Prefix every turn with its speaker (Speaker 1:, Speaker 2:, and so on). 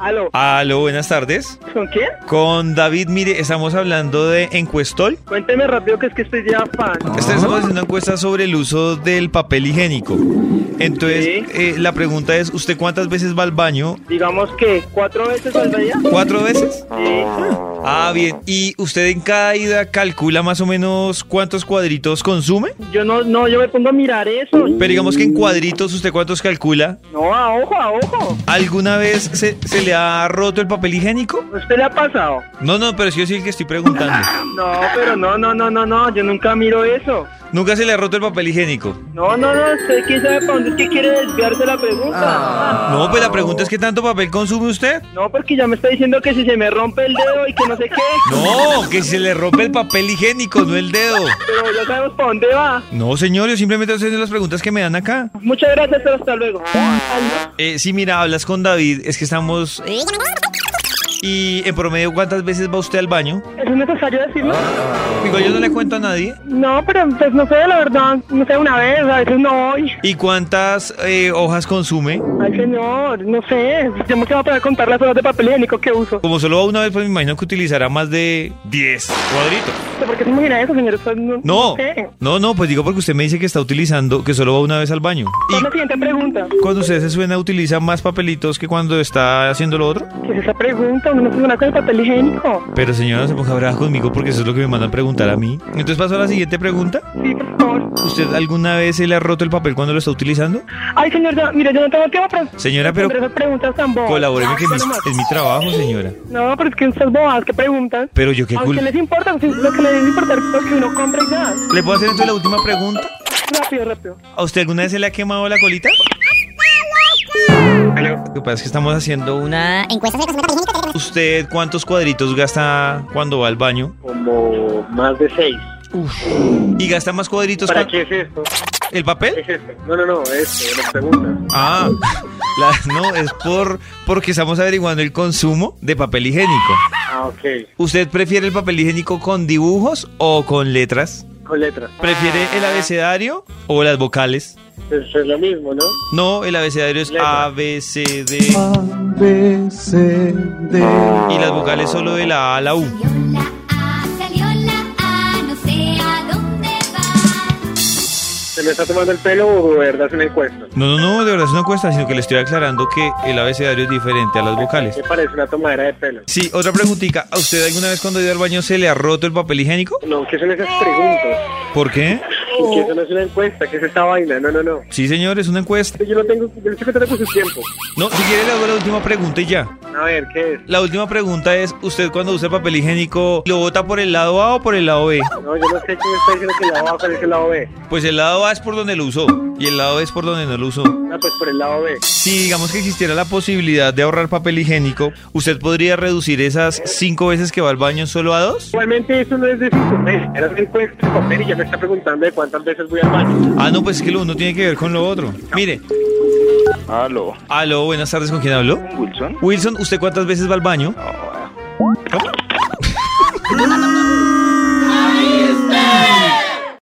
Speaker 1: Aló,
Speaker 2: Aló, buenas tardes.
Speaker 1: ¿con quién?
Speaker 2: Con David, mire, estamos hablando de encuestol.
Speaker 1: Cuénteme rápido que es que estoy ya fan.
Speaker 2: Esta- Estamos haciendo una encuesta sobre el uso del papel higiénico. Entonces,
Speaker 1: Sí.
Speaker 2: eh, la pregunta es, ¿usted cuántas veces va al baño?
Speaker 1: Digamos que cuatro veces al día.
Speaker 2: ¿Cuatro veces?
Speaker 1: Sí.
Speaker 2: Ah, bien. ¿Y usted en cada ida calcula más o menos cuántos cuadritos consume?
Speaker 1: Yo no, no, yo me pongo a mirar eso.
Speaker 2: Pero digamos que en cuadritos, ¿usted cuántos calcula?
Speaker 1: No, a ojo, a ojo.
Speaker 2: ¿Alguna vez se, se le ha roto el papel higiénico?
Speaker 1: ¿Usted le ha pasado?
Speaker 2: No, no, pero sí, yo sí el que estoy preguntando.
Speaker 1: No, pero no, no, no, no, no, yo nunca miro eso.
Speaker 2: ¿Nunca se le ha roto el papel higiénico?
Speaker 1: No, no, no, usted quién sabe para dónde es que quiere desviarse la pregunta.
Speaker 2: No, pues la pregunta es, ¿qué tanto papel consume usted?
Speaker 1: No, porque ya me está diciendo que si se me rompe el dedo y que no sé qué.
Speaker 2: No, que se le rompe el papel higiénico, no el dedo.
Speaker 1: Pero ya sabemos para dónde va.
Speaker 2: No, señor, yo simplemente estoy haciendo las preguntas que me dan acá.
Speaker 1: Muchas gracias, pero hasta luego. Aló.
Speaker 2: Eh, sí, mira, hablas con David, es que estamos... Y en promedio, ¿cuántas veces va usted al baño?
Speaker 1: ¿Es necesario decirlo?
Speaker 2: Digo, yo no le cuento a nadie.
Speaker 1: No, pero pues no sé, la verdad, no sé, una vez, a veces no voy.
Speaker 2: ¿Y cuántas eh, hojas consume?
Speaker 1: Ay, señor, no sé. Yo me voy a poder contar las horas de papel higiénico que uso.
Speaker 2: Como solo va una vez, pues me imagino que utilizará más de 10 cuadritos.
Speaker 1: ¿Por qué se imagina eso, señor? Eso no.
Speaker 2: No,
Speaker 1: sé.
Speaker 2: no, no, pues digo porque usted me dice que está utilizando, que solo va una vez al baño.
Speaker 1: ¿Cuál es la
Speaker 2: ¿Y
Speaker 1: siguiente pregunta?
Speaker 2: cuando usted se suena utiliza más papelitos que cuando está haciendo lo otro?
Speaker 1: ¿Qué es esa pregunta? Uno no se suena con el papel higiénico.
Speaker 2: Pero señora, no se ponga brava conmigo porque eso es lo que me mandan preguntar a mí. Entonces paso a la siguiente pregunta.
Speaker 1: Sí, por favor.
Speaker 2: ¿Usted alguna vez se le ha roto el papel cuando lo está utilizando?
Speaker 1: Ay, señor, ya, mire, yo no tengo tiempo para
Speaker 2: Señora, pero-
Speaker 1: responder esas preguntas tan bobas.
Speaker 2: Colabóreme que es mi,
Speaker 1: Bueno, más.
Speaker 2: es mi trabajo, señora.
Speaker 1: No, pero es que esas bobadas que preguntan.
Speaker 2: Pero yo qué
Speaker 1: ¿A
Speaker 2: culpa.
Speaker 1: usted les importa? Pues, Lo que les debe importar es lo que uno compra y ya.
Speaker 2: ¿Le puedo hacer entonces la última pregunta?
Speaker 1: Rápido, rápido.
Speaker 2: ¿A usted alguna vez se le ha quemado la colita? Lo que pasa es que estamos haciendo una... ¿Usted cuántos cuadritos gasta cuando va al baño?
Speaker 3: Como más de seis. Ah.
Speaker 2: ¿Y gasta más cuadritos
Speaker 3: ¿Para
Speaker 2: cua-
Speaker 3: qué es esto?
Speaker 2: el papel?
Speaker 3: ¿Es esto? No, no, no, esto, las preguntas.
Speaker 2: Ah, la- no, es por porque estamos averiguando el consumo de papel higiénico.
Speaker 3: Ah, ok.
Speaker 2: ¿Usted prefiere el papel higiénico con dibujos o con letras?
Speaker 3: Con letras.
Speaker 2: ¿Prefiere el abecedario o las vocales?
Speaker 3: Pues es lo mismo, ¿no?
Speaker 2: No, el abecedario es
Speaker 3: Letra.
Speaker 2: A, B, C, D. Y las vocales solo de la A a la U.
Speaker 4: Salió la A, salió la A, no sé a dónde va.
Speaker 3: ¿Se me está tomando el pelo o de verdad es una encuesta?
Speaker 2: No, no, no, de verdad es una cuesta, sino que le estoy aclarando que el abecedario es diferente a las vocales.
Speaker 3: Me parece una tomadera de pelo.
Speaker 2: Sí, otra preguntita. ¿A usted alguna vez cuando ha ido al baño se le ha roto el papel higiénico?
Speaker 3: No, ¿qué son esas preguntas?
Speaker 2: ¿Por qué?
Speaker 3: ¿Y que eso no es una encuesta? ¿Qué es esta vaina? No, no, no.
Speaker 2: Sí, señor, es una encuesta.
Speaker 3: Yo no tengo, yo no estoy contando con su tiempo.
Speaker 2: No, si quiere le hago la última pregunta y ya.
Speaker 3: A ver, ¿qué es?
Speaker 2: La última pregunta es, ¿usted cuando usa el papel higiénico lo bota por el lado A o por el lado B?
Speaker 3: No, yo no sé quién está diciendo que el lado A, cuál es el lado B.
Speaker 2: Pues el lado A es por donde lo usó y el lado B es por donde no lo usó.
Speaker 3: Ah, pues por el lado B.
Speaker 2: Si digamos que existiera la posibilidad de ahorrar papel higiénico, ¿usted podría reducir esas cinco veces que va al baño solo a dos?
Speaker 3: Igualmente eso no es de su papel. Era una encuesta de papel y ya me está preguntando de cuántas veces voy al baño.
Speaker 2: Ah, no, pues es que lo uno tiene que ver con lo otro. Mire,
Speaker 5: Aló,
Speaker 2: aló, buenas tardes, ¿con quién habló?
Speaker 5: Wilson.
Speaker 2: Wilson, ¿usted cuántas veces va al baño?
Speaker 5: No,